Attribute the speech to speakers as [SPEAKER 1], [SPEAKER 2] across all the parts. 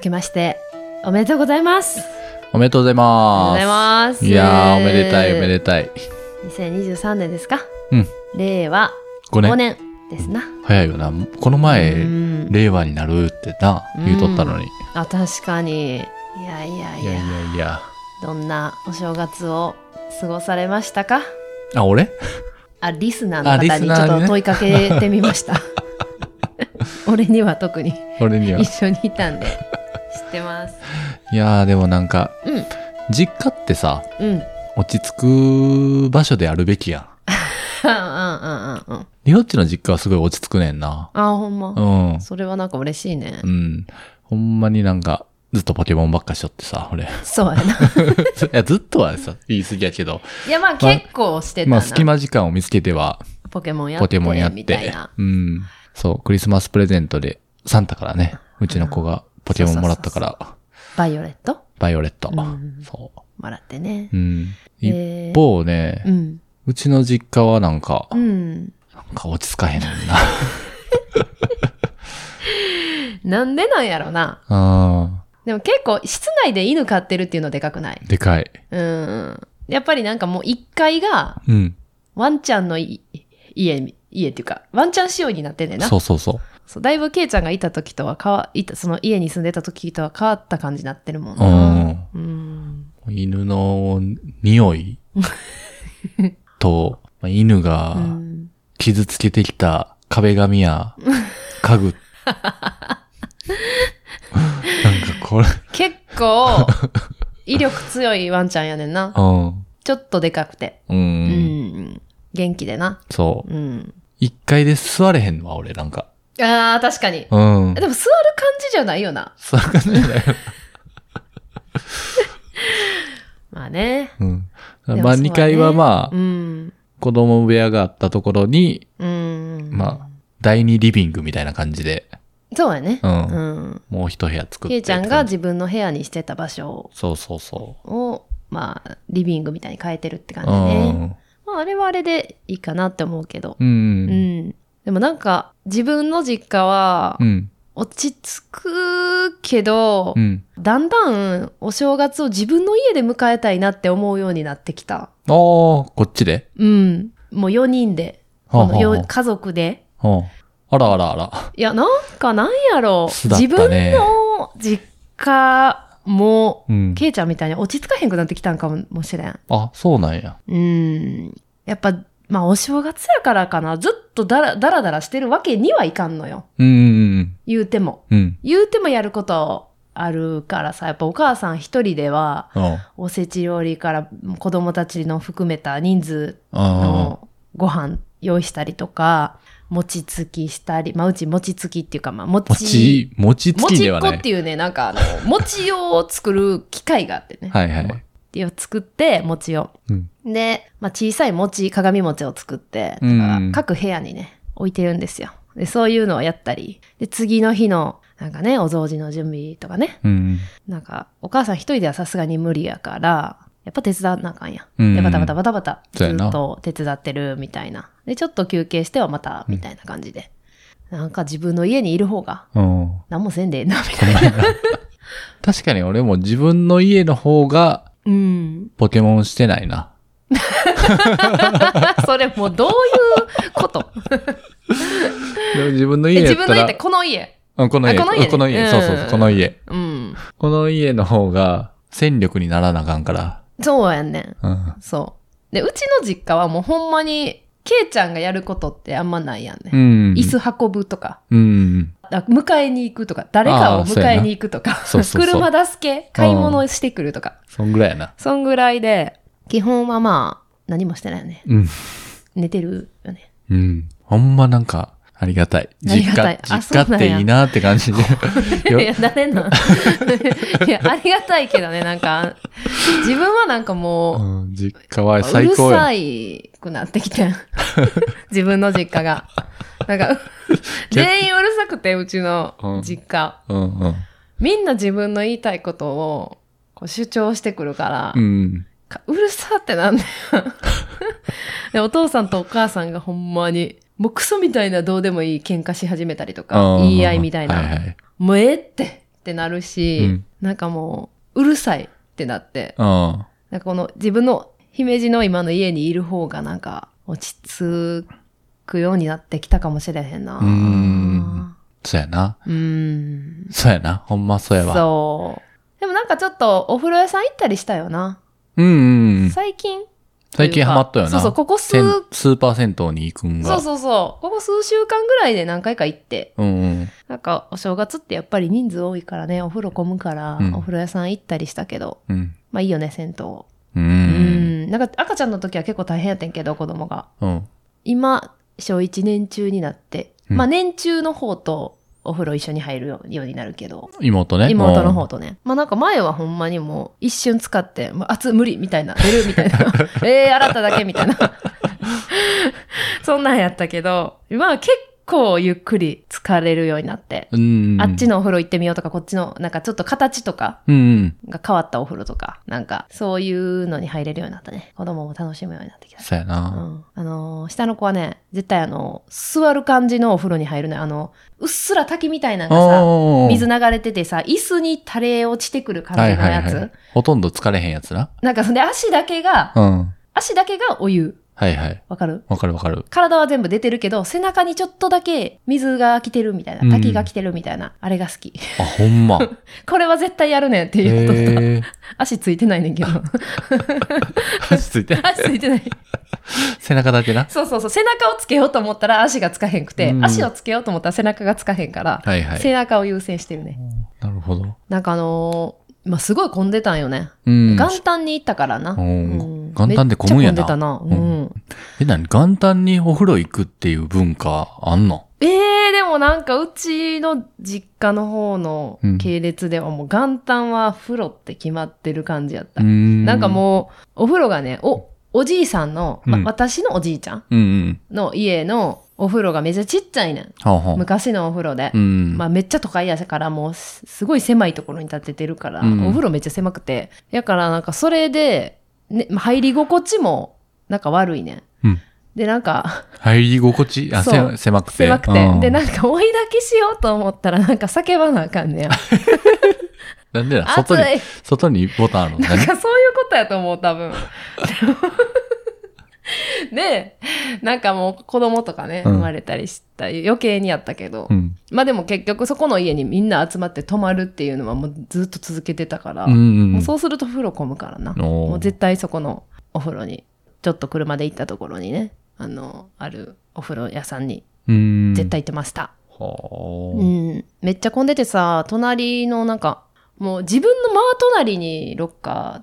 [SPEAKER 1] けましておめでとうございます。
[SPEAKER 2] おめでとうござい
[SPEAKER 1] お
[SPEAKER 2] ます。
[SPEAKER 1] めでとうございます。
[SPEAKER 2] いやー、おめでたい、おめでたい。
[SPEAKER 1] 2023年ですか
[SPEAKER 2] うん。
[SPEAKER 1] 令和
[SPEAKER 2] 5
[SPEAKER 1] 5
[SPEAKER 2] 年。
[SPEAKER 1] 年ですな。
[SPEAKER 2] 早いよな。この
[SPEAKER 1] う
[SPEAKER 2] 前、
[SPEAKER 1] ん
[SPEAKER 2] 令和になるってな、言うとったのに。
[SPEAKER 1] あ、確かに。いやいやい
[SPEAKER 2] い
[SPEAKER 1] や
[SPEAKER 2] やいやいや。
[SPEAKER 1] どんなお正月を過ごされましたか
[SPEAKER 2] あ、俺
[SPEAKER 1] あ、リスナーの
[SPEAKER 2] あリ
[SPEAKER 1] 方
[SPEAKER 2] ス
[SPEAKER 1] に
[SPEAKER 2] ナー
[SPEAKER 1] ち
[SPEAKER 2] にね
[SPEAKER 1] ょっと問いかけてみま した。俺には特に
[SPEAKER 2] 俺には
[SPEAKER 1] 一。緒にいたんで、知ってます。
[SPEAKER 2] いやー、でもなんか、
[SPEAKER 1] うん
[SPEAKER 2] 実家ってさ、
[SPEAKER 1] うん。うんうん
[SPEAKER 2] 落ち着く場所であるべきやん。
[SPEAKER 1] うんうんうん。
[SPEAKER 2] りょっちの実家はすごい落ち着くねんな。
[SPEAKER 1] あ、ほんま。
[SPEAKER 2] うん。
[SPEAKER 1] それはなんか嬉しいね。
[SPEAKER 2] うん。ほんまになんか、ずっとポケモンばっかしとってさ、 俺。い
[SPEAKER 1] そうやな。
[SPEAKER 2] や、ずっとはさ、言い過ぎやけど。
[SPEAKER 1] いや、まあ結構してたな。
[SPEAKER 2] まあ、隙間時間を見つけては、
[SPEAKER 1] ポケモンやって。
[SPEAKER 2] ポケモンやっ
[SPEAKER 1] みたい
[SPEAKER 2] て
[SPEAKER 1] な。。
[SPEAKER 2] うん。そう、クリスマスプレゼントで、サンタからね、うちの子がポケモンもらったから、
[SPEAKER 1] バイオレット
[SPEAKER 2] バイオレット
[SPEAKER 1] うん。
[SPEAKER 2] そ
[SPEAKER 1] もらってね
[SPEAKER 2] う。う。ん。
[SPEAKER 1] えー
[SPEAKER 2] 一方
[SPEAKER 1] う
[SPEAKER 2] ね、
[SPEAKER 1] ん。
[SPEAKER 2] うちの実家はなんか
[SPEAKER 1] う、ん。
[SPEAKER 2] なんか落ち着かへんねんな。
[SPEAKER 1] なんでなんやろな。
[SPEAKER 2] あ
[SPEAKER 1] でも結構室内で犬飼ってるっていうのでかくない
[SPEAKER 2] ーでかい。
[SPEAKER 1] うん。やっぱりなんかもう1階が
[SPEAKER 2] うん。
[SPEAKER 1] ワンちゃんのい家、家っていうか、ワンちゃん仕様になってんねんな。
[SPEAKER 2] そうそうそう。
[SPEAKER 1] そうだいぶケイちゃんがいた時とはかわ、いた、その家に住んでた時とは変わった感じになってるもんな。うん。
[SPEAKER 2] 犬の匂いと、まあ犬が
[SPEAKER 1] うん。
[SPEAKER 2] 傷つけてきた壁紙や 家具。なんかこれ、
[SPEAKER 1] 結 構、威力強いワンちゃんやねんな。
[SPEAKER 2] うん。
[SPEAKER 1] ちょっとでかくて。
[SPEAKER 2] う。
[SPEAKER 1] うんん。元気でな。
[SPEAKER 2] そう。
[SPEAKER 1] うん。
[SPEAKER 2] 一階で座れへんわ、俺、なんか。
[SPEAKER 1] ああ、確かに。
[SPEAKER 2] うん
[SPEAKER 1] で。も座る感じじゃないよな。
[SPEAKER 2] 座る感じじゃない。
[SPEAKER 1] まあね。
[SPEAKER 2] うん。
[SPEAKER 1] でも
[SPEAKER 2] まあ、
[SPEAKER 1] そうだね
[SPEAKER 2] 二階はま
[SPEAKER 1] う
[SPEAKER 2] あ、
[SPEAKER 1] ん。
[SPEAKER 2] 子供部屋があったところに、
[SPEAKER 1] うん。
[SPEAKER 2] まあ、第二リビングみたいな感じで、
[SPEAKER 1] あ。そうやね
[SPEAKER 2] う。。
[SPEAKER 1] うんん。
[SPEAKER 2] もう一部屋作って。
[SPEAKER 1] ケイちゃんが。自分の部屋にしてた場所
[SPEAKER 2] そうそうそ
[SPEAKER 1] を、まあ、リビングみたいに変えてるって感
[SPEAKER 2] う。う
[SPEAKER 1] じね。
[SPEAKER 2] ん。
[SPEAKER 1] まあ、あれはあれでいいかなって思うけど。
[SPEAKER 2] う。
[SPEAKER 1] うんん。でもなんか、自分の実家は
[SPEAKER 2] う、ん。
[SPEAKER 1] 落ち着くけど
[SPEAKER 2] う、ん。
[SPEAKER 1] だんだんお正月を自分の家で迎えたいなって思うようになってきた。
[SPEAKER 2] ああ、こっちで
[SPEAKER 1] うん。もう4人で、
[SPEAKER 2] はあ
[SPEAKER 1] このよ
[SPEAKER 2] はあは
[SPEAKER 1] 家族で。
[SPEAKER 2] あうんあらあらあら。
[SPEAKER 1] いや、なんかなんやろ。
[SPEAKER 2] 巣だった
[SPEAKER 1] 自
[SPEAKER 2] ね
[SPEAKER 1] 分の実家も、
[SPEAKER 2] うん。
[SPEAKER 1] ケイちゃんみたいに落ち着かへんくなってきたんかもしれん。
[SPEAKER 2] あ、そうなんや。
[SPEAKER 1] うん。やっぱ、まあお正月やからかな。ずっとだらだらだらしてるわけにはいかんのよ。
[SPEAKER 2] うんうん
[SPEAKER 1] 言うても。
[SPEAKER 2] うん。うん。
[SPEAKER 1] 言うてもやることあるからさ、やっぱお母さん一人では、
[SPEAKER 2] うん。
[SPEAKER 1] おせち料理から子供たちの含めた人数
[SPEAKER 2] あ
[SPEAKER 1] のご飯用意したりとか、餅つきしたり、まあうち餅つきっていうか、まあ
[SPEAKER 2] あ。餅、餅つき
[SPEAKER 1] 餅
[SPEAKER 2] で
[SPEAKER 1] っ
[SPEAKER 2] は
[SPEAKER 1] こ
[SPEAKER 2] ない。
[SPEAKER 1] っていうね、なんかあの、餅を作る機械があってね。
[SPEAKER 2] はいはい。
[SPEAKER 1] で作って、餅を。
[SPEAKER 2] うん。
[SPEAKER 1] で、まあ、小さい餅、鏡餅を作って、
[SPEAKER 2] うん
[SPEAKER 1] だから各部屋にね、置いてるんですよ。で、そういうのをやったり、で、次の日の、なんかね、お掃除の準備とかね。
[SPEAKER 2] うん。
[SPEAKER 1] なんか、お母さん一人ではさすがに無理やから、やっぱ手伝わなあかんや。
[SPEAKER 2] うん
[SPEAKER 1] で、バタバタバタバタ、ず
[SPEAKER 2] そうやな
[SPEAKER 1] っと手伝ってるみたいな。で、ちょっと休憩してはまた、みたいな感じで。なんか自分の家にいる方が、
[SPEAKER 2] うん。
[SPEAKER 1] 何もせんでええな、み たいな。
[SPEAKER 2] 確かに俺も自分の家の方が
[SPEAKER 1] うん。
[SPEAKER 2] ポケモンしてないな。
[SPEAKER 1] それもうどういうこと
[SPEAKER 2] でも自分の
[SPEAKER 1] え
[SPEAKER 2] 家や
[SPEAKER 1] 自
[SPEAKER 2] った
[SPEAKER 1] 分の家って
[SPEAKER 2] ら、
[SPEAKER 1] この家。
[SPEAKER 2] うんこの家、
[SPEAKER 1] あこの家ね
[SPEAKER 2] うんこの
[SPEAKER 1] う
[SPEAKER 2] 家、
[SPEAKER 1] ん
[SPEAKER 2] そうそうそう、この家。
[SPEAKER 1] うん。
[SPEAKER 2] この家の方が戦力にならなあかんから。
[SPEAKER 1] そうやんねん。
[SPEAKER 2] うん。
[SPEAKER 1] そう。で、うちの実家はもうほんまに、ケイちゃんがやることってあんまないやんね。
[SPEAKER 2] うんん。
[SPEAKER 1] 椅子運ぶとか、
[SPEAKER 2] うん。
[SPEAKER 1] だ迎えに行くとか、誰かを
[SPEAKER 2] あーそうや
[SPEAKER 1] 迎
[SPEAKER 2] な
[SPEAKER 1] えに行くとか、
[SPEAKER 2] そうそうそ う
[SPEAKER 1] 車助け、買い物してくるとか、
[SPEAKER 2] そんぐらいやな。
[SPEAKER 1] そんぐらいで、基本はまあ、何もしてないよね。
[SPEAKER 2] うん。
[SPEAKER 1] 寝てるよね。
[SPEAKER 2] うん。ほんまなんか、ありがたい。
[SPEAKER 1] ありが
[SPEAKER 2] 実
[SPEAKER 1] たい
[SPEAKER 2] 家、
[SPEAKER 1] あ
[SPEAKER 2] 実
[SPEAKER 1] そ
[SPEAKER 2] 家
[SPEAKER 1] う
[SPEAKER 2] っ
[SPEAKER 1] なん
[SPEAKER 2] て
[SPEAKER 1] や
[SPEAKER 2] いいなって感じで。
[SPEAKER 1] い
[SPEAKER 2] よ
[SPEAKER 1] や、誰なんいや、ありがたいけどね、なんか、自分はなんかもう、
[SPEAKER 2] うん、実家は
[SPEAKER 1] う
[SPEAKER 2] 最
[SPEAKER 1] る
[SPEAKER 2] 高や
[SPEAKER 1] さ。いくなってきて ん自分の実家が。なんか、全員うるさくて、うちの実家。
[SPEAKER 2] うんうん。
[SPEAKER 1] みんな自分の言いたいことをこう主張してくるから、
[SPEAKER 2] うん。
[SPEAKER 1] かうるさってなんだよ で。お父さんとお母さんがほんまに、もうクソみたいなどうでもいい喧嘩し始めたりとか、言い合いみたいな。
[SPEAKER 2] はいはい。
[SPEAKER 1] もうええって、ってなるし、
[SPEAKER 2] うん
[SPEAKER 1] なんかもう、うるさいってなって、
[SPEAKER 2] あ
[SPEAKER 1] なんかこの自分の姫路の今の家にいる方がなんか落ち着くようになってきたかもしれへんな。
[SPEAKER 2] うーん。そうやな。
[SPEAKER 1] うーん。
[SPEAKER 2] そうやな。ほんまそうやわ。
[SPEAKER 1] そう。でもなんかちょっとお風呂屋さん行ったりしたよな。
[SPEAKER 2] うんうんうん。
[SPEAKER 1] 最近。
[SPEAKER 2] 最近ハマったよな。
[SPEAKER 1] そうそう、ここ数
[SPEAKER 2] せん、スーパー銭湯に行くんが。
[SPEAKER 1] そうそうそう。ここ数週間ぐらいで何回か行って。
[SPEAKER 2] うんうん。
[SPEAKER 1] なんか、お正月ってやっぱり人数多いからね、お風呂混むから
[SPEAKER 2] う、ん
[SPEAKER 1] お風呂屋さん行ったりしたけど、
[SPEAKER 2] うん。
[SPEAKER 1] まあいいよね、銭湯。う
[SPEAKER 2] うー
[SPEAKER 1] ん。
[SPEAKER 2] ん。
[SPEAKER 1] なんか、赤ちゃんの時は結構大変やってんけど、子供が。
[SPEAKER 2] うん。
[SPEAKER 1] 今、小1年中になって、
[SPEAKER 2] うん
[SPEAKER 1] まあ年中の方とお風呂一緒に入るようになるけど、
[SPEAKER 2] 妹ね。
[SPEAKER 1] 妹の方
[SPEAKER 2] うん。
[SPEAKER 1] とね。まあなんか前はほんまにもう一瞬使って、まあ、熱無理みたいな、寝るみたい な。えー、洗っただけみたいな。そんなんやったけど、まあ結構ゆっくり疲れるようになって、
[SPEAKER 2] うん。
[SPEAKER 1] あっち。のお風呂行ってみようとか、こっちのなんかちょっと形とか
[SPEAKER 2] うんうん。
[SPEAKER 1] が変わったお風呂とか、なんかそういうのに入れるようになったね。子供も楽しむようになってきた。
[SPEAKER 2] そうや
[SPEAKER 1] う
[SPEAKER 2] な。
[SPEAKER 1] ん、あのー下の子はね、絶対あの、座る感じのお風呂に入るのよあの、うっすら滝みたいなのがさ、
[SPEAKER 2] おー
[SPEAKER 1] 水流れててさ、椅子に垂れ落ちてくる感じのやつ。
[SPEAKER 2] はいはいはい。ほとんど疲れへんやつな。
[SPEAKER 1] なんかそれで足だけが、
[SPEAKER 2] うん。
[SPEAKER 1] 足だけがお湯。
[SPEAKER 2] はいはい。
[SPEAKER 1] わかる
[SPEAKER 2] わかるわかる。
[SPEAKER 1] 体は全部出てるけど、背中にちょっとだけ水が来てるみたい
[SPEAKER 2] うん
[SPEAKER 1] な、滝が来てるみたいな、あれが好き。
[SPEAKER 2] あ、ほんま。
[SPEAKER 1] これは絶対やるねんって
[SPEAKER 2] へ
[SPEAKER 1] いうことだ
[SPEAKER 2] え。
[SPEAKER 1] 足ついてないねん けど。
[SPEAKER 2] 足ついてない。
[SPEAKER 1] 足ついてない。
[SPEAKER 2] 背中だけな。
[SPEAKER 1] そうそうそう。背中をつけようと思ったら足がつかへんくて、
[SPEAKER 2] うん
[SPEAKER 1] 足をつけようと思ったら背中がつかへんから、
[SPEAKER 2] はいはい。
[SPEAKER 1] 背中を優先してるね。
[SPEAKER 2] なるほど。
[SPEAKER 1] なんかあのーまあ、すごい混んでたんよね。
[SPEAKER 2] うん。
[SPEAKER 1] 元旦に行ったからな。
[SPEAKER 2] おー
[SPEAKER 1] うん
[SPEAKER 2] 元旦って混むんやな
[SPEAKER 1] めっちゃ混んでたな。うん。
[SPEAKER 2] え、なに元旦にお風呂行くっていう文化あんの
[SPEAKER 1] ええー、でもなんかうちの実家の方の系列ではもう元旦は風呂って決まってる感じやった。な
[SPEAKER 2] なん
[SPEAKER 1] かもうお風呂がね、お、おじいさんの、ま
[SPEAKER 2] うん
[SPEAKER 1] 私のおじいちゃん
[SPEAKER 2] う。うんうん。
[SPEAKER 1] の家のお風呂がめっちゃちっちゃいねん。
[SPEAKER 2] はあはあ。
[SPEAKER 1] 昔のお風呂で。
[SPEAKER 2] うん。
[SPEAKER 1] まあめっちゃ都会やからもうすすごい狭いところに建ててるから、
[SPEAKER 2] うん
[SPEAKER 1] お風呂めっちゃ狭くて。やからなんかそれで、ね、まあ入り心地もなんか悪いねん。
[SPEAKER 2] うん
[SPEAKER 1] でなんか、
[SPEAKER 2] 入り心地あ、
[SPEAKER 1] そう
[SPEAKER 2] せ狭くて。
[SPEAKER 1] 狭くて、
[SPEAKER 2] うん
[SPEAKER 1] でなんか追いだきしようと思ったらなんか叫ばなあかんねや
[SPEAKER 2] なんでな、
[SPEAKER 1] 熱
[SPEAKER 2] 外
[SPEAKER 1] い
[SPEAKER 2] に、外にボタンあるの
[SPEAKER 1] なん
[SPEAKER 2] 何
[SPEAKER 1] かそういうことやと思う多分 でなんかもう子供とかね
[SPEAKER 2] うん
[SPEAKER 1] 生まれたりした、余計にやったけど、
[SPEAKER 2] うん。
[SPEAKER 1] まあでも結局そこの家にみんな集まって泊まるっていうのはもうずっと続けてたから、
[SPEAKER 2] うんうん
[SPEAKER 1] も
[SPEAKER 2] う。
[SPEAKER 1] うんそうすると風呂混むからな
[SPEAKER 2] おー
[SPEAKER 1] もう絶対そこのお風呂にちょっと車で行ったところにねあのあるお風呂屋さんに
[SPEAKER 2] うん。
[SPEAKER 1] 絶。対行ってました、
[SPEAKER 2] は
[SPEAKER 1] う
[SPEAKER 2] あ。
[SPEAKER 1] ん、めっちゃ混んでてさ隣のなんかもう自分の真隣にロッカー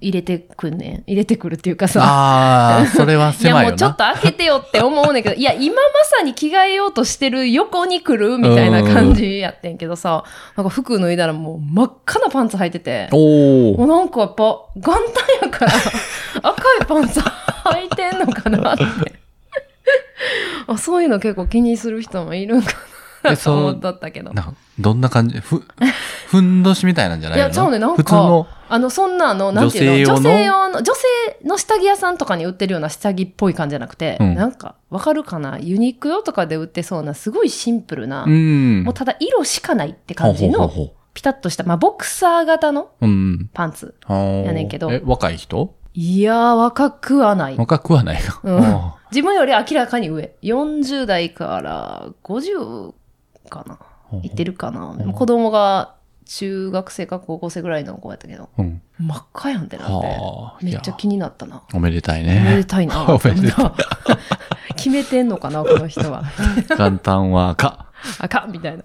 [SPEAKER 1] 入れてくんねん入れてくるっていうかさ
[SPEAKER 2] ああ、それは狭
[SPEAKER 1] や
[SPEAKER 2] い
[SPEAKER 1] も
[SPEAKER 2] よ
[SPEAKER 1] うちょっ
[SPEAKER 2] な。
[SPEAKER 1] と開けてよって思うねんけ どいや今まさに着替えようとしてる横に来るみたいな感じやってんけどさなんか服脱いだらもう真っ赤なパンツ履いてて
[SPEAKER 2] お
[SPEAKER 1] も
[SPEAKER 2] お。
[SPEAKER 1] うなんかやっぱ元旦やから 赤いパンツ履いてんのかなって あそういうの結構気にする人もいるんかなと
[SPEAKER 2] えその
[SPEAKER 1] 思っとったけど
[SPEAKER 2] なんか、どんな感 じふ、ふんどしみたいなんじゃない
[SPEAKER 1] い
[SPEAKER 2] の
[SPEAKER 1] や、ちゃうね、なん
[SPEAKER 2] 普通
[SPEAKER 1] か
[SPEAKER 2] の、、
[SPEAKER 1] あの、そんなあの、なんていうの、女
[SPEAKER 2] 女
[SPEAKER 1] 性
[SPEAKER 2] 性
[SPEAKER 1] 用の、女性の下着屋さんとかに売ってるような下着っぽい感じじゃなくて、
[SPEAKER 2] うん
[SPEAKER 1] なんか、わかるかなユニクロとかで売ってそうな、すごいシンプルな、
[SPEAKER 2] うん。
[SPEAKER 1] もうただ色しかないって感じ
[SPEAKER 2] ほう
[SPEAKER 1] の、
[SPEAKER 2] ほうほ
[SPEAKER 1] ピタッとした、まあ、ボクサー型の
[SPEAKER 2] う。うん。
[SPEAKER 1] パンツ。
[SPEAKER 2] はあ。
[SPEAKER 1] やねんけど
[SPEAKER 2] え、若い人
[SPEAKER 1] いやー、若くはない。
[SPEAKER 2] 若くはない
[SPEAKER 1] うん
[SPEAKER 2] な。
[SPEAKER 1] 自分より明らかに上。40代から50かな。いって
[SPEAKER 2] る。
[SPEAKER 1] るかな
[SPEAKER 2] うん。
[SPEAKER 1] 子供が中学生か高校生ぐらいの子やったけど、
[SPEAKER 2] うん。
[SPEAKER 1] 真っ赤やんってなって。
[SPEAKER 2] はあ。
[SPEAKER 1] めっちゃ気になったな。
[SPEAKER 2] おめでたい
[SPEAKER 1] おめ
[SPEAKER 2] ね
[SPEAKER 1] で。たい な。
[SPEAKER 2] おめで
[SPEAKER 1] 決めてんのかな、この人 は。
[SPEAKER 2] 元旦は赤。
[SPEAKER 1] あかんみたいな。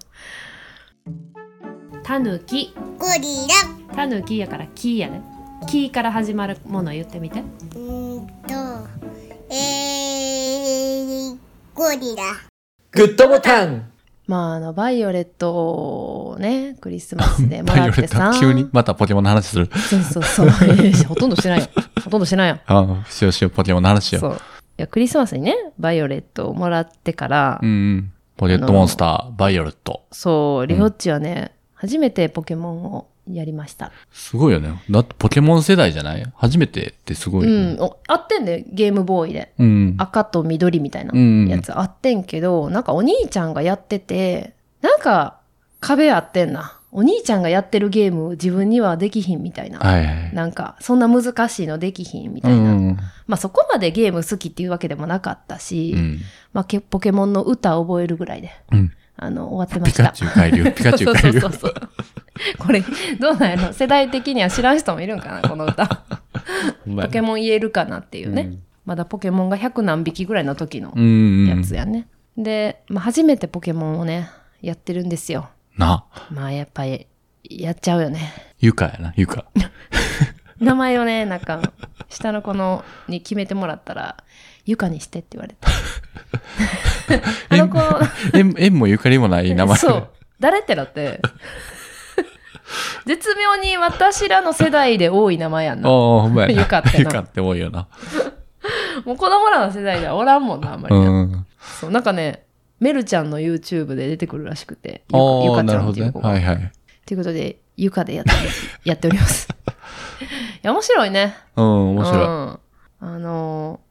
[SPEAKER 1] たぬき。
[SPEAKER 3] ゴリラ。
[SPEAKER 1] たぬきやからきやね。きから始まるもの言ってみて。
[SPEAKER 3] うーんと、えー、ゴリラ。
[SPEAKER 4] グッドボタン
[SPEAKER 1] まあ、あの、バイオレットをね、クリスマスでも
[SPEAKER 2] バ
[SPEAKER 1] ら
[SPEAKER 2] イオ
[SPEAKER 1] っ
[SPEAKER 2] レ
[SPEAKER 1] て
[SPEAKER 2] ット
[SPEAKER 1] さ。
[SPEAKER 2] 急に、またポケモンの話する。
[SPEAKER 1] そうそう そう。ほとんどしてないよ。ほとんどしてないよ。
[SPEAKER 2] ああ、しようしよう、ポケモンの話しよう。
[SPEAKER 1] そう。いや、クリスマスにね、バイオレットをもらってから、
[SPEAKER 2] うんうん。ポケットモンスター、バイオレット。
[SPEAKER 1] そう、リホッチはね、初めてポケモンをやりました。
[SPEAKER 2] すごいよね。だってポケモン世代じゃない初めてってすごい、
[SPEAKER 1] うん。。お合ってんだよ、ゲームボーイで。
[SPEAKER 2] うん。
[SPEAKER 1] 赤と緑みたいな
[SPEAKER 2] うん
[SPEAKER 1] やつあってんけど、なんかお兄ちゃんがやってて、なんか壁あってんな。お兄ちゃんがやってるゲーム自分にはできひんみたいな、
[SPEAKER 2] はいはい。
[SPEAKER 1] なんかそんな難しいのできひんみ
[SPEAKER 2] う
[SPEAKER 1] たいな、
[SPEAKER 2] ん。
[SPEAKER 1] まあそこまでゲーム好きっていうわけでもなかったし、
[SPEAKER 2] うん。
[SPEAKER 1] まあけポケモンの歌覚えるぐらいで、
[SPEAKER 2] うん
[SPEAKER 1] あの終わってま
[SPEAKER 2] ピ
[SPEAKER 1] した
[SPEAKER 2] カチュウ海 流、ピカチュウ海流
[SPEAKER 1] そ。うそうそうそうこれどうなんやろ世代的には知らん人もいるんかなこの 歌ポケ
[SPEAKER 2] モ
[SPEAKER 1] モン言えるかなっていうね、
[SPEAKER 2] うん
[SPEAKER 1] まだポケモンが100何匹ぐらいの時の
[SPEAKER 2] ン
[SPEAKER 1] やつやね、で、まあ、初めてポケモンをねやってるんですよ
[SPEAKER 2] な、
[SPEAKER 1] まあやっぱりやっちゃうよね
[SPEAKER 2] ゆかやな、ゆか。
[SPEAKER 1] 名前をねなんか下の子のに決めてもらったら「ゆかにして」って言われてあの子
[SPEAKER 2] 縁縁もゆかりもない名前。
[SPEAKER 1] そう。誰ってだって。絶妙に私らの世代で多い名前やんな。も
[SPEAKER 2] おー、ほんまやな。
[SPEAKER 1] ゆかってな
[SPEAKER 2] ゆかって多いよな。
[SPEAKER 1] う子供らの世代ではおらんもんな、あんまり
[SPEAKER 2] う
[SPEAKER 1] な、
[SPEAKER 2] ん。
[SPEAKER 1] そう。なんかね、メルちゃんの YouTube で出てくるらしくて、ゆかゆ
[SPEAKER 2] おー、
[SPEAKER 1] かち
[SPEAKER 2] なる
[SPEAKER 1] ゃん
[SPEAKER 2] ほ
[SPEAKER 1] ってい
[SPEAKER 2] ど
[SPEAKER 1] う
[SPEAKER 2] ね。
[SPEAKER 1] 子が。と、
[SPEAKER 2] はいはい。
[SPEAKER 1] い、うことで、ゆかでやってやっており ます。いや、面白いね。
[SPEAKER 2] うん、面白
[SPEAKER 1] うん、あのー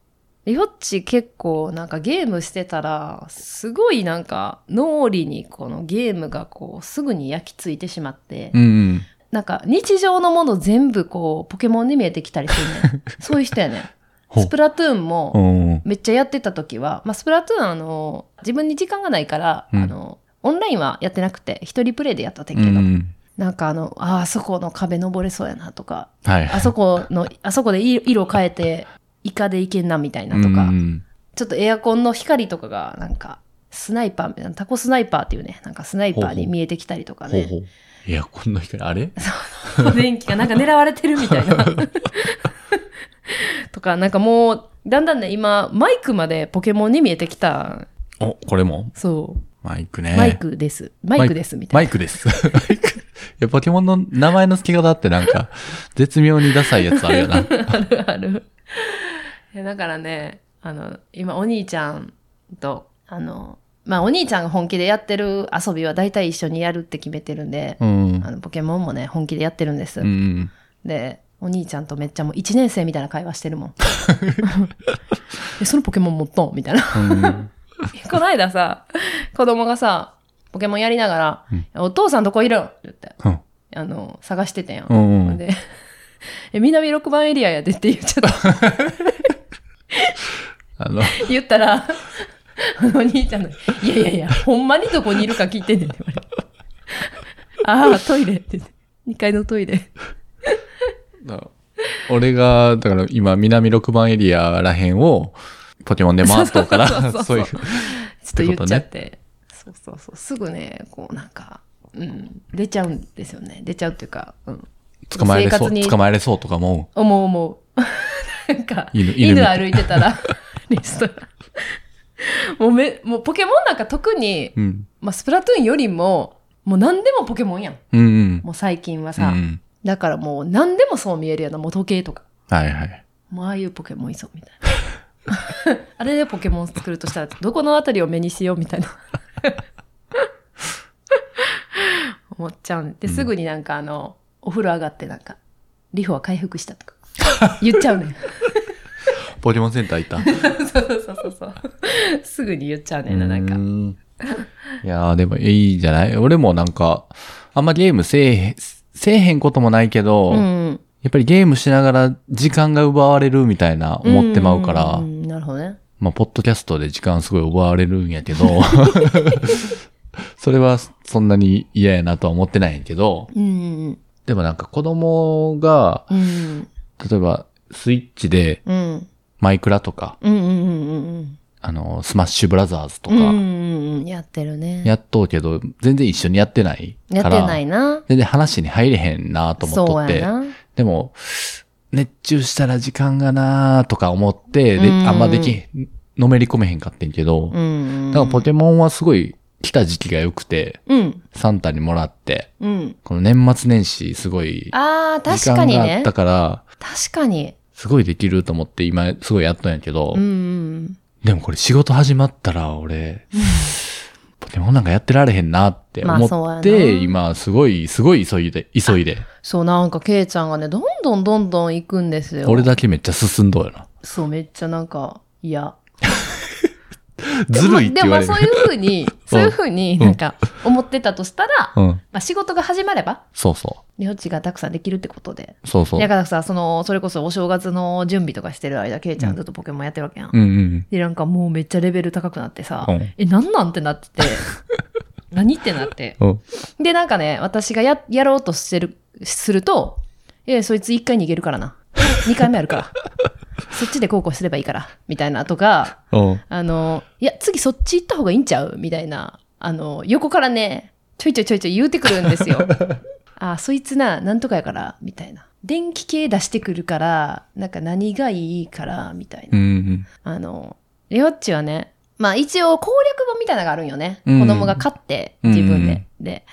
[SPEAKER 1] よっち結構なんかゲームしてたらすごいなんか脳裏にこのゲームがこうすぐに焼き付いてしまって、
[SPEAKER 2] い。うん。
[SPEAKER 1] なんか日常のもの全部こうポケモンに見えてきたりする ねんそういう人やねん
[SPEAKER 2] ほう
[SPEAKER 1] スプラトゥーン
[SPEAKER 2] う
[SPEAKER 1] も
[SPEAKER 2] ん。
[SPEAKER 1] めっちゃやってた時は、まあ、スプラトゥーンはあの自分に時間がないから、
[SPEAKER 2] うん
[SPEAKER 1] あのオンラインはやってなくて一人プレイでやったんだけ
[SPEAKER 2] う
[SPEAKER 1] ど、
[SPEAKER 2] ん。
[SPEAKER 1] なんかあのあーあそこの壁登れそうやなとか
[SPEAKER 2] はい。
[SPEAKER 1] あそこの、あそこで色色変えて、イカでいけんなみたいなとか、
[SPEAKER 2] うん
[SPEAKER 1] ちょっとエアコンの光とかが、なんか、スナイパーみたいな、タコスナイパーっていうね、なんかスナイパーに見えてきたりとか
[SPEAKER 2] ほう
[SPEAKER 1] ね、
[SPEAKER 2] ほう。いや、こんな光、あれ
[SPEAKER 1] 電気がなんか狙われてるみたいな。 とか、なんかもう、だんだんね、今、マイクまでポケモンに見えてきた、
[SPEAKER 2] お、これも
[SPEAKER 1] そ
[SPEAKER 2] マイク
[SPEAKER 1] う、
[SPEAKER 2] ね。
[SPEAKER 1] マイクです、マイクですみたい
[SPEAKER 2] マイクです。 マイクいや、ポケモンの名前の付け方ってなんか、絶妙にダサいやつあるよな。
[SPEAKER 1] な。あるある。いやだからね、あの、今、お兄ちゃんと、あの、まあ、お兄ちゃんが本気でやってる遊びは大体一緒にやるって決めてるんで、
[SPEAKER 2] うん
[SPEAKER 1] あ。の、ポケモンもね、本気でやってるんです。
[SPEAKER 2] うん。
[SPEAKER 1] で、お兄ちゃんとめっちゃもう1年生みたいな会話してる もん。え、そのポケモン持っとんみたいな。
[SPEAKER 2] うん。
[SPEAKER 1] この間さ、子供がさ、ポケモンやりながら、
[SPEAKER 2] うん
[SPEAKER 1] お父さんどこいるんって言って、
[SPEAKER 2] うん
[SPEAKER 1] あの、探しててんやん。
[SPEAKER 2] うん
[SPEAKER 1] ほんで、え、南6番エリアやでって言っちゃった。
[SPEAKER 2] あの、
[SPEAKER 1] 言ったら、あのお兄ちゃんの、いやいやいや、ほんまにどこにいるか聞いてんねんって言われて。ああ、トイレって言って。2階のトイレ。
[SPEAKER 2] 俺が、だから今、南6番エリアらへんを、ポケモンで回っとうから
[SPEAKER 1] そう、そうそ
[SPEAKER 2] そうういう
[SPEAKER 1] そ、ちょっと言っちゃって。そうそうそう。すぐね、こうなんか、うん、出ちゃうんですよね。出ちゃうっていうか、うん。
[SPEAKER 2] 捕まえれそ
[SPEAKER 1] 生活に
[SPEAKER 2] う、捕まえれそうとかも、
[SPEAKER 1] 思う思う。なんか、犬
[SPEAKER 2] 犬犬みたい
[SPEAKER 1] 歩いてたら、リストラン。もうめ、もうポケモンなんか特に、
[SPEAKER 2] うん。
[SPEAKER 1] まあ、スプラトゥーンよりも、もう何でもポケモンやん。
[SPEAKER 2] うんうん。
[SPEAKER 1] もう最近は
[SPEAKER 2] う
[SPEAKER 1] さ。
[SPEAKER 2] ん。
[SPEAKER 1] だからもう何でもそう見えるやな。もう時計とか。
[SPEAKER 2] はいはい。
[SPEAKER 1] もうああいうポケモンいそうみたいな。 あれでポケモン作るとしたら、どこのあたりを目にしようみたいな。 思っちゃうんで、すぐになんかあの、お風呂上がってなんか、リフは回復したとか。言っちゃうねん。
[SPEAKER 2] ポケモンセンター行った。
[SPEAKER 1] そうそうそうそう。すぐに言っちゃうねんな、なんか
[SPEAKER 2] う。んいやーでもいいじゃない俺もなんか、あんまゲームせえへん、せえへんこともないけど、
[SPEAKER 1] うん。
[SPEAKER 2] やっぱりゲームしながら時間が奪われるみたいな思ってまうから、
[SPEAKER 1] んなるほどね。
[SPEAKER 2] まあ、ポッドキャストで時間すごい奪われるんやけど、それはそんなに嫌やなとは思ってないんやけど、
[SPEAKER 1] うん。
[SPEAKER 2] でもなんか子供が、
[SPEAKER 1] うん。
[SPEAKER 2] 例えばスイッチで
[SPEAKER 1] うん。
[SPEAKER 2] マイクラとか、
[SPEAKER 1] うん。うん。うん。
[SPEAKER 2] あの、スマッシュブラザーズと
[SPEAKER 1] うん。うん。
[SPEAKER 2] か、
[SPEAKER 1] やってるね。
[SPEAKER 2] やっとうけど、全然一緒にやってない
[SPEAKER 1] や
[SPEAKER 2] か
[SPEAKER 1] っ
[SPEAKER 2] ら、
[SPEAKER 1] てないな。
[SPEAKER 2] 全然話に入れへんなと思っと
[SPEAKER 1] そ
[SPEAKER 2] っ
[SPEAKER 1] う
[SPEAKER 2] て
[SPEAKER 1] や、な。
[SPEAKER 2] でも、熱中したら時間がなーとか思って、で、
[SPEAKER 1] うん
[SPEAKER 2] あんまできへん、のめり込めへんかってんけど、
[SPEAKER 1] うん。
[SPEAKER 2] だからポケモンはすごい来た時期が良くて、
[SPEAKER 1] うん。
[SPEAKER 2] サンタにもらって、
[SPEAKER 1] うん。
[SPEAKER 2] この年末年始すごい、
[SPEAKER 1] ああ、確
[SPEAKER 2] 時
[SPEAKER 1] か
[SPEAKER 2] 間
[SPEAKER 1] に
[SPEAKER 2] があっ
[SPEAKER 1] ね
[SPEAKER 2] た。から、
[SPEAKER 1] 確かに。
[SPEAKER 2] すごいできると思って今すごいやっとんやけど、
[SPEAKER 1] うん。
[SPEAKER 2] でもこれ仕事始まったら俺、ポケモンなんかやってられへんなって
[SPEAKER 1] まあ
[SPEAKER 2] 思
[SPEAKER 1] そうやな
[SPEAKER 2] って、今すごい、すごい急いで、急いで、
[SPEAKER 1] そう、なんか、ケイちゃんがね、どんどんどんどん行くんですよ。
[SPEAKER 2] 俺だけめっちゃ進んどうよな。
[SPEAKER 1] そう、めっちゃなんか、いや。
[SPEAKER 2] ずるいって言われる
[SPEAKER 1] まあでもそういうふう に、そういうふうになんか思ってたとしたら、
[SPEAKER 2] うん。
[SPEAKER 1] まあ仕事が始まれば、
[SPEAKER 2] そうそ
[SPEAKER 1] 領地がたくさんできるってことで。
[SPEAKER 2] う。そうそう
[SPEAKER 1] だ。からさ、その、それこそお正月の準備とかしてる間、ケイちゃんずっとポケモンやってるわけやん。
[SPEAKER 2] うんうん。
[SPEAKER 1] で、なんかもうめっちゃレベル高くなってさ、
[SPEAKER 2] うん
[SPEAKER 1] え、なんなんってなって て、何ってなって。
[SPEAKER 2] うん。
[SPEAKER 1] で、なんかね、私がや、やろうとしてる、すると、いや、そいつ一回逃げるからな。二回目ある から。そっちでこうこうすればいいから。みたいなとか、
[SPEAKER 2] うん。
[SPEAKER 1] あの、いや、次そっち行った方がいいんちゃうみたいな、あの、横からね、ちょいちょいちょいちょい言うてくるん ですよ。あ、そいつな、なんとかやから、みたいな。電気系出してくるから、なんか何がいいから、みたいな
[SPEAKER 2] う。ん
[SPEAKER 1] あの、レオッチはね、まあ一応攻略本みたいなのがあるんよね。
[SPEAKER 2] うん
[SPEAKER 1] 子供が買って、自分で。で、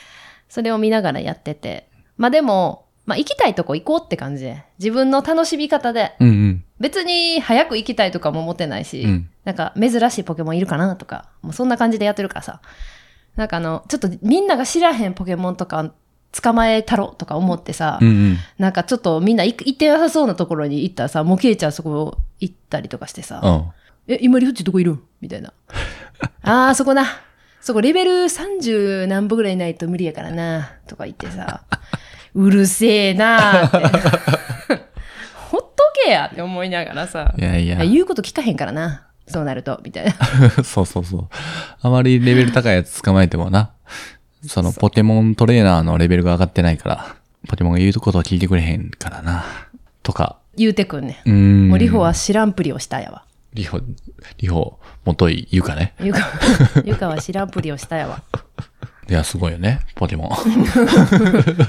[SPEAKER 1] それを見ながらやってて。まあでも、まあ行きたいとこ行こうって感じで。自分の楽しみ方で。
[SPEAKER 2] うん。うん
[SPEAKER 1] 別に早く行きたいとかも思ってないし、
[SPEAKER 2] うん。うん。
[SPEAKER 1] なんか珍しいポケモンいるかなとか、もうそんな感じでやってるからさ。なんかあの、ちょっとみんなが知らへんポケモンとか捕まえたろとか思ってさ、
[SPEAKER 2] うんうん。
[SPEAKER 1] なんかちょっとみんな行く行ってなさそうなところに行ったらさ、もうケイちゃんそこ行ったりとかしてさ、
[SPEAKER 2] うん。
[SPEAKER 1] え、今リフッチどこいるんみ たいな。ああ、そこな。そこレベル30何歩ぐらいないと無理やからな。とか言ってさ、うるせえなー って。ほっとけやって思いながらさ
[SPEAKER 2] い、やいや。
[SPEAKER 1] 言うこと聞かへんからな。そうなると、みたいな。
[SPEAKER 2] そうそうそう。あまりレベル高いやつ捕まえてもな。そのポケモントレーナーのレベルが上がってないから、ポケモンが言うことを聞いてくれへんからな。とか。
[SPEAKER 1] 言うてくんね
[SPEAKER 2] うーん。
[SPEAKER 1] ん。もうリホは。知らんぷりをしたやわ。
[SPEAKER 2] リホ、リホ、元い、ゆかね。
[SPEAKER 1] ゆ か、ゆかは知らんぷりをしたやわ。
[SPEAKER 2] いや、すごいよね。ポケモン。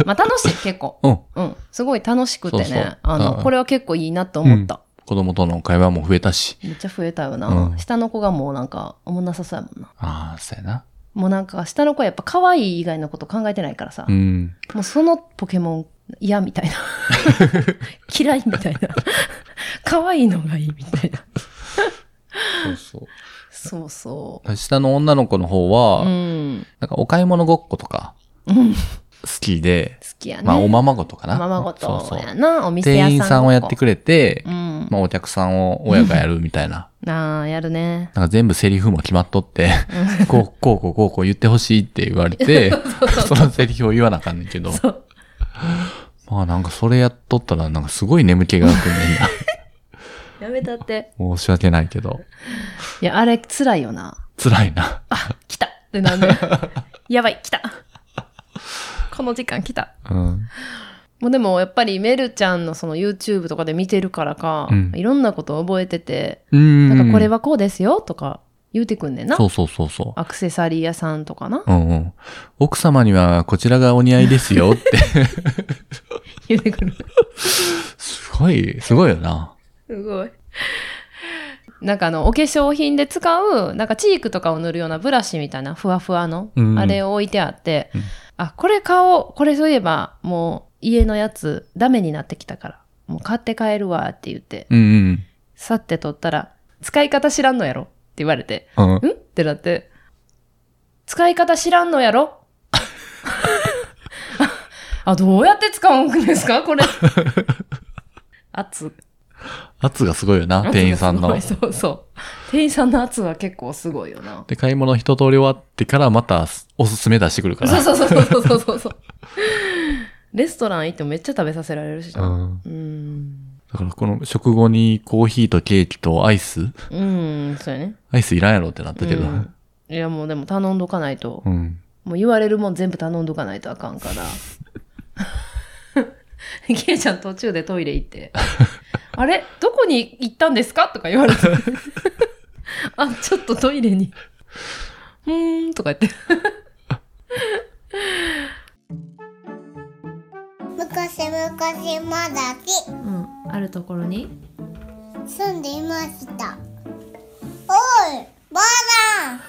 [SPEAKER 1] まあ楽しい、結構。
[SPEAKER 2] うん。
[SPEAKER 1] うん。すごい楽しくてね。
[SPEAKER 2] そうそう
[SPEAKER 1] あ
[SPEAKER 2] う
[SPEAKER 1] の、
[SPEAKER 2] ん
[SPEAKER 1] これは結構いいなと思った。
[SPEAKER 2] 子供との会話も増えたし。
[SPEAKER 1] めっちゃ増えたよな、
[SPEAKER 2] うん
[SPEAKER 1] 下の子がもうなんかおもんなさそうやもんな
[SPEAKER 2] ああ、そうやな。
[SPEAKER 1] もうなんか下の子はやっぱ可愛い以外のこと考えてないからさ、
[SPEAKER 2] うん。
[SPEAKER 1] もうそのポケモン嫌みた いな嫌いみたいな可愛いのがいいみたいな
[SPEAKER 2] そうそ。
[SPEAKER 1] そうそう
[SPEAKER 2] 下の女の子の方
[SPEAKER 1] う
[SPEAKER 2] は、
[SPEAKER 1] うん
[SPEAKER 2] なんかお買い物ごっことか、
[SPEAKER 1] うん好
[SPEAKER 2] 好きで、
[SPEAKER 1] きやね
[SPEAKER 2] まあ、おままごとかな。
[SPEAKER 1] ままごと
[SPEAKER 2] そうそ
[SPEAKER 1] や
[SPEAKER 2] う。
[SPEAKER 1] なお店屋さん
[SPEAKER 2] 店員さんをやって
[SPEAKER 1] れ
[SPEAKER 2] くれて、
[SPEAKER 1] うん、
[SPEAKER 2] まあ、お客さんを親がやるみたいな。
[SPEAKER 1] ああやるね
[SPEAKER 2] なんか全部セリフも決まっとって、こう、こう、こう、こう、こう言ってほしいって言われて、 そのセリフを言わなあかんねんけど。
[SPEAKER 1] そう
[SPEAKER 2] まあなんかそれやっとったらなんかすごい眠気がくんね
[SPEAKER 1] やめたって
[SPEAKER 2] ん な。申し訳ないけど。
[SPEAKER 1] いやあれ辛いよな
[SPEAKER 2] 辛いな。
[SPEAKER 1] 来たってなん でやばい来たこの時間来た
[SPEAKER 2] うん。
[SPEAKER 1] もうでもやっぱりメルちゃんのその YouTube とかで見てるからか、
[SPEAKER 2] うん
[SPEAKER 1] いろんなことを覚えてて、
[SPEAKER 2] うん。
[SPEAKER 1] なんかこれはこうですよとか言うてくんねんな
[SPEAKER 2] そ。うそうそうそ
[SPEAKER 1] アクセサリー屋さんとかな
[SPEAKER 2] う。うんうん。奥様にはこちらがお似合いですよって。
[SPEAKER 1] 言うてくる。
[SPEAKER 2] すごい、すごいよな。
[SPEAKER 1] すごい。なんかあの、お化粧品で使う、なんかチークとかを塗るようなブラシみたいな、ふわふわの、
[SPEAKER 2] うん
[SPEAKER 1] あれを置いてあって、
[SPEAKER 2] うん
[SPEAKER 1] あ、これ顔、これそういえば、もう家のやつダメになってきたから、もう買って帰るわって言って、
[SPEAKER 2] うん
[SPEAKER 1] 去って取ったら、使い方知らんのやろって言われて、
[SPEAKER 2] うん。うん。
[SPEAKER 1] んってなって、使い方知らんのやろ あ、どうやって使うんですかこれ。圧。
[SPEAKER 2] 圧がすごいよな、店員さんの
[SPEAKER 1] 圧。がす ごいそうそう。店員さんの圧は結構すごいよな。
[SPEAKER 2] で、買い物一通り終わってからまたおすすめ出してくるか
[SPEAKER 1] そう
[SPEAKER 2] ら。
[SPEAKER 1] そうそうそうそうそうそう。レストラン行ってもめっちゃ食べさせられるし
[SPEAKER 2] う
[SPEAKER 1] な。
[SPEAKER 2] ん。
[SPEAKER 1] うん。
[SPEAKER 2] だからこの食後にコーヒーとケーキとアイス
[SPEAKER 1] うん、そうやね。
[SPEAKER 2] アイスいらんやろってなったけど。
[SPEAKER 1] う
[SPEAKER 2] うん
[SPEAKER 1] ん。いやもうでも頼んどかないと。。
[SPEAKER 2] うん
[SPEAKER 1] もう言われるもん全部頼んどかないとあかんから。 ケイちゃん途中でトイレ行 って、あれどこに行ったんですかとか言 われて。あ、ちょっとトイレに。うーん、とか言って。
[SPEAKER 3] むかしむかしまだし
[SPEAKER 1] うん、あるところに。
[SPEAKER 3] 住んでいましたおいばあ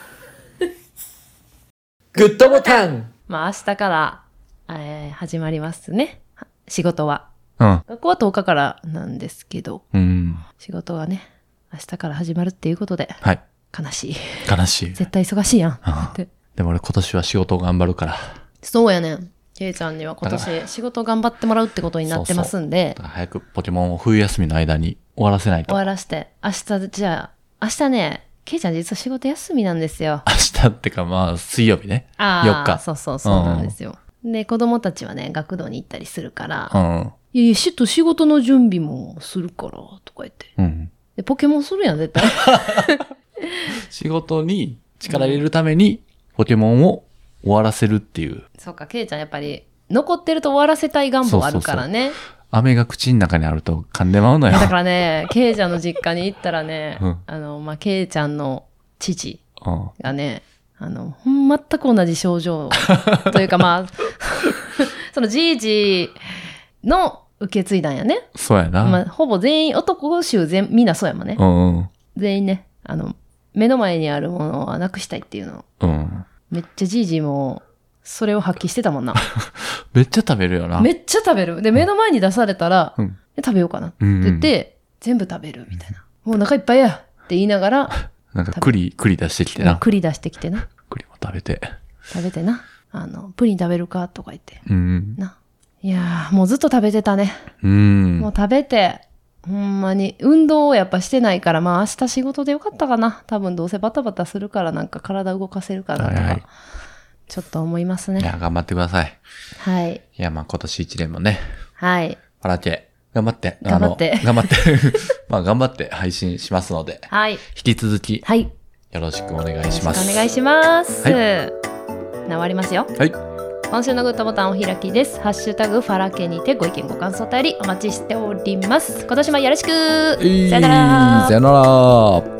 [SPEAKER 4] グッドボタン
[SPEAKER 1] まあ明日から、えー始まりますね。は仕事は。
[SPEAKER 2] うん。
[SPEAKER 1] 学校は10日からなんですけど、
[SPEAKER 2] うん。
[SPEAKER 1] 仕事はね、明日から始まるっていうことで、
[SPEAKER 2] はい。
[SPEAKER 1] 悲しい。
[SPEAKER 2] 悲しい。
[SPEAKER 1] 絶対忙しいやん。
[SPEAKER 2] ああ
[SPEAKER 1] って
[SPEAKER 2] でも俺今年は仕事を頑張るから。
[SPEAKER 1] そうやねん。ケイちゃんには今
[SPEAKER 2] だか
[SPEAKER 1] 年仕事頑張ってもらうってことになってますんで
[SPEAKER 2] だ、から早くポケモンを冬休みの間に終わらせない
[SPEAKER 1] 終
[SPEAKER 2] と。
[SPEAKER 1] わらして、明日、じゃあ、明日ね、ケイちゃん実は仕事休みなんですよ。
[SPEAKER 2] 明日ってかまあ水曜日ね。
[SPEAKER 1] あ
[SPEAKER 2] 4日
[SPEAKER 1] そうそうそうなんですよ。で、子供たちはね、学童に行ったりするから、
[SPEAKER 2] うん。
[SPEAKER 1] いやいや、ちょっと仕事の準備もするから、とか言って。
[SPEAKER 2] うん。
[SPEAKER 1] で、ポケモンするやん、 絶対。
[SPEAKER 2] 仕事に力入れるためにポケモンを終わらせるっていう。
[SPEAKER 1] そうか、ケイちゃんやっぱり、残ってると終わらせたい願望あるからね。
[SPEAKER 2] 飴が口の中にあると噛んでまうのよ。
[SPEAKER 1] だからね、ケイちゃんの実家に行ったらね、
[SPEAKER 2] うん
[SPEAKER 1] あの、まあ、ケイちゃんの父
[SPEAKER 2] うん。
[SPEAKER 1] がね、あの、ほん全く同じ症状というかまあ、そのじいじの受け継いだんやね。
[SPEAKER 2] そうやな。
[SPEAKER 1] まあ、ほぼ全員、男衆全、みんなそうやもんね。
[SPEAKER 2] うんうん。
[SPEAKER 1] 全員ね、あの、目の前にあるものはなくしたいっていうの。
[SPEAKER 2] うん。
[SPEAKER 1] めっちゃじいじも、それを発揮してたもんな。
[SPEAKER 2] めっちゃ食べるよな。
[SPEAKER 1] めっちゃ食べる。で、目の前に出されたら、
[SPEAKER 2] うん
[SPEAKER 1] え食べようかなって
[SPEAKER 2] うんうん
[SPEAKER 1] 言って、全部食べるみたいな。もうお腹いっぱいやって言いながら、
[SPEAKER 2] なんか栗、栗出してきてな。
[SPEAKER 1] 栗出してきてな。
[SPEAKER 2] 栗も食べて。
[SPEAKER 1] 食べてな。あの、プリン食べるかとか言って。
[SPEAKER 2] うん。
[SPEAKER 1] な。いやー、もうずっと食べてたね。
[SPEAKER 2] うん
[SPEAKER 1] もう。食べて、ほんまに、運動をやっぱしてないから、まあ明日仕事でよかったかな。多分どうせバタバタするからなんか体動かせるかなとか、
[SPEAKER 2] はいはい
[SPEAKER 1] ちょっと思います
[SPEAKER 2] い
[SPEAKER 1] ね。
[SPEAKER 2] や、頑張ってください。
[SPEAKER 1] はい。
[SPEAKER 2] いや、まあ今年一年もね、
[SPEAKER 1] はい。
[SPEAKER 2] パラケ、頑張って。
[SPEAKER 1] 頑張って
[SPEAKER 2] あの頑張って。 まあ頑張って配信しますので、
[SPEAKER 1] はい。
[SPEAKER 2] 引き続き
[SPEAKER 1] はい。よ
[SPEAKER 2] よろしくお願いしま
[SPEAKER 1] ろし
[SPEAKER 2] す。
[SPEAKER 1] くお願いします。なわりますよ。
[SPEAKER 2] はい。
[SPEAKER 1] 今週のグッドボタンお開きです。ハッシュタグファラケにてご意見ご感想お便りお待ちしております。今年もよろしく、
[SPEAKER 2] えい
[SPEAKER 1] さよなら
[SPEAKER 2] さよなら。